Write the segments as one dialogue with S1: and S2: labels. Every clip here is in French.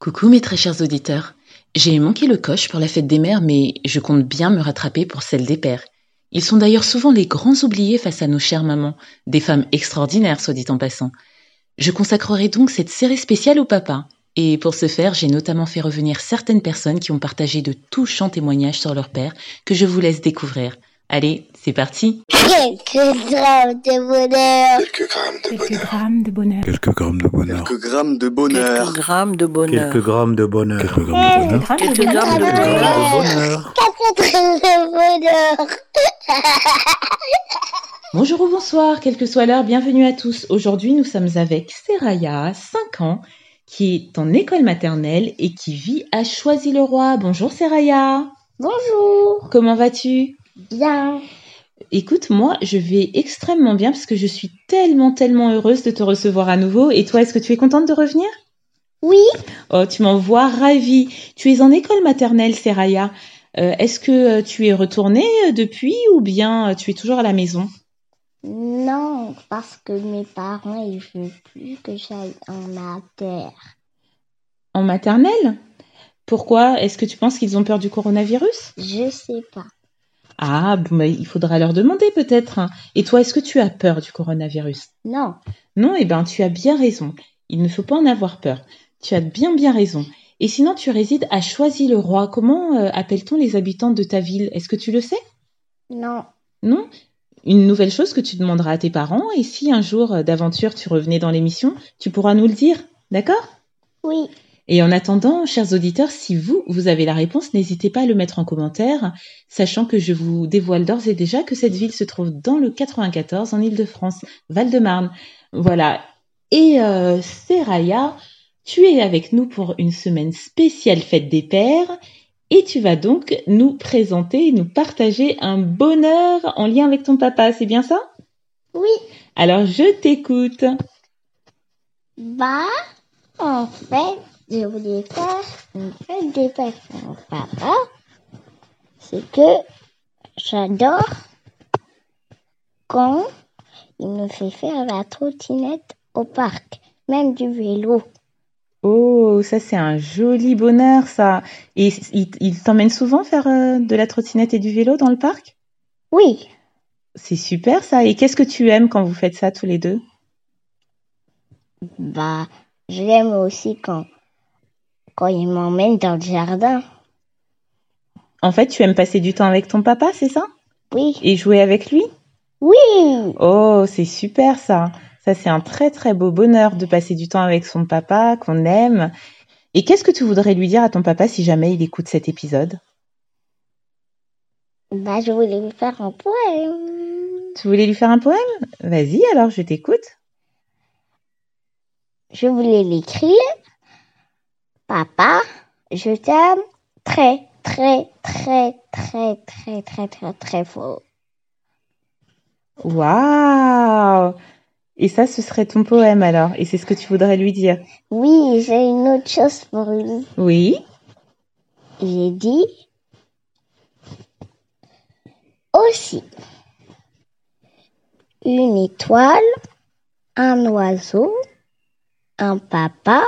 S1: Coucou mes très chers auditeurs. J'ai manqué le coche pour la fête des mères, mais je compte bien me rattraper pour celle des pères. Ils sont d'ailleurs souvent les grands oubliés face à nos chères mamans, des femmes extraordinaires, soit dit en passant. Je consacrerai donc cette série spéciale au papa. Et pour ce faire, j'ai notamment fait revenir certaines personnes qui ont partagé de touchants témoignages sur leur père que je vous laisse découvrir. Allez, c'est parti
S2: Quelques grammes de bonheur.
S3: Quelques grammes de
S4: Quelques
S3: bonheur.
S4: grammes de bonheur.
S5: Quelques grammes de bonheur.
S3: Quelques grammes de
S6: Quelques
S3: bonheur.
S6: grammes de bonheur.
S7: Quelques grammes de bonheur.
S5: Quelques grammes de bonheur.
S4: Quelques
S6: Quelques
S4: grammes
S6: grammes
S4: de
S6: de
S4: bonheur.
S5: bonheur.
S2: Quatre grammes de bonheur.
S1: Bonjour ou bonsoir, quelle que soit l'heure, bienvenue à tous. Aujourd'hui, nous sommes avec Seraya, 5 ans, qui est en école maternelle et qui vit à Choisy-le-Roi. Bonjour Seraya. Bonjour. Comment vas-tu
S2: Bien.
S1: Écoute, moi, je vais extrêmement bien parce que je suis tellement, tellement heureuse de te recevoir à nouveau. Et toi, est-ce que tu es contente de revenir
S2: Oui,
S1: Oh, tu m'en vois ravie. Tu es en école maternelle, Seraya. Euh, est-ce que euh, tu es retournée euh, depuis ou bien euh, tu es toujours à la maison
S2: Non, parce que mes parents, ils veulent plus que j'aille en mater.
S1: En maternelle Pourquoi Est-ce que tu penses qu'ils ont peur du coronavirus
S2: Je sais pas.
S1: Ah, bon, bah, il faudra leur demander peut-être. Et toi, est-ce que tu as peur du coronavirus
S2: Non,
S1: Non, eh ben, tu as bien raison. Il ne faut pas en avoir peur. Tu as bien, bien raison. Et sinon, tu résides à Choisy-le-Roi. Comment euh, appelle-t-on les habitants de ta ville Est-ce que tu le sais
S2: non,
S1: Non Une nouvelle chose que tu demanderas à tes parents. Et si un jour euh, d'aventure tu revenais dans l'émission, tu pourras nous le dire. D'accord
S2: oui,
S1: Et en attendant, chers auditeurs, si vous, vous avez la réponse, n'hésitez pas à le mettre en commentaire, sachant que je vous dévoile d'ores et déjà que cette ville se trouve dans le 94, en Ile-de-France, Val-de-Marne. Voilà. Et euh, Seraya, tu es avec nous pour une semaine spéciale fête des pères, et tu vas donc nous présenter, nous partager un bonheur en lien avec ton papa, c'est bien ça
S2: oui.
S1: Alors je t'écoute.
S2: Bah, en fait, je voulais faire une fête des pères pour mon papa. C'est que j'adore quand il me fait faire la trottinette au parc, même du vélo.
S1: Oh, ça c'est un joli bonheur, ça. Et s- il, il t'emmène souvent faire euh, de la trottinette et du vélo dans le parc?
S2: Oui,
S1: C'est super ça. Et qu'est-ce que tu aimes quand vous faites ça tous les deux?
S2: bah, je l'aime aussi quand, quand il m'emmène dans le jardin.
S1: En fait, tu aimes passer du temps avec ton papa, c'est ça?
S2: Oui,
S1: Et jouer avec lui?
S2: oui,
S1: Oh, c'est super ça. Ça c'est un très très beau bonheur de passer du temps avec son papa qu'on aime. Et qu'est-ce que tu voudrais lui dire à ton papa si jamais il écoute cet épisode?
S2: bah, je voulais lui faire un poème.
S1: Tu voulais lui faire un poème? Vas-y, alors je t'écoute.
S2: Je voulais l'écrire. Papa, je t'aime très, très, très, très, très, très, très, très fort.
S1: Waouh! Et ça, ce serait ton poème alors, et c'est ce que tu voudrais lui dire.
S2: Oui, j'ai une autre chose pour lui.
S1: Oui,
S2: J'ai dit aussi une étoile, un oiseau, un papa,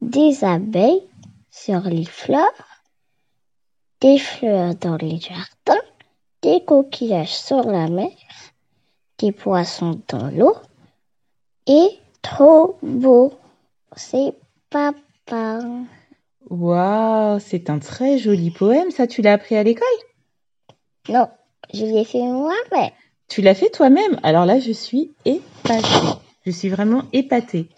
S2: des abeilles sur les fleurs, des fleurs dans les jardins, des coquillages sur la mer, des poissons dans l'eau et trop beau, c'est papa.
S1: waouh, c'est un très joli poème, ça, tu l'as appris à l'école?
S2: Non, je l'ai fait moi-même.
S1: Tu l'as fait toi-même? Alors là, je suis épatée. Je suis vraiment épatée.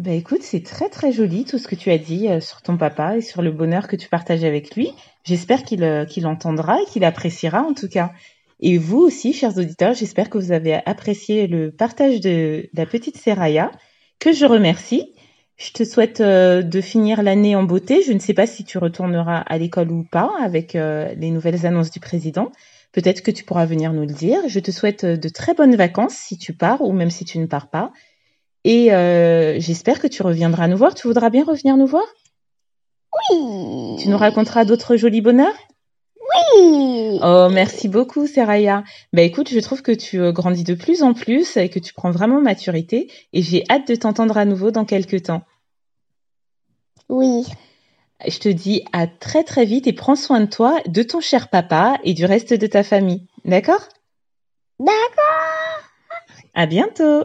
S1: Bah écoute, c'est très très joli tout ce que tu as dit euh, sur ton papa et sur le bonheur que tu partages avec lui. J'espère qu'il euh, qu'il entendra et qu'il appréciera en tout cas. Et vous aussi, chers auditeurs, j'espère que vous avez apprécié le partage de la petite Seraya, que je remercie. Je te souhaite euh, de finir l'année en beauté. Je ne sais pas si tu retourneras à l'école ou pas avec euh, les nouvelles annonces du président. Peut-être que tu pourras venir nous le dire. Je te souhaite euh, de très bonnes vacances si tu pars ou même si tu ne pars pas. Et euh, j'espère que tu reviendras nous voir. Tu voudras bien revenir nous voir
S2: Oui.
S1: Tu nous raconteras d'autres jolis bonheurs
S2: Oui.
S1: Oh, merci beaucoup, Seraya. Bah écoute, je trouve que tu euh, grandis de plus en plus et que tu prends vraiment maturité et j'ai hâte de t'entendre à nouveau dans quelques temps.
S2: Oui.
S1: Je te dis à très très vite et prends soin de toi, de ton cher papa et du reste de ta famille. D'accord
S2: D'accord.
S1: À bientôt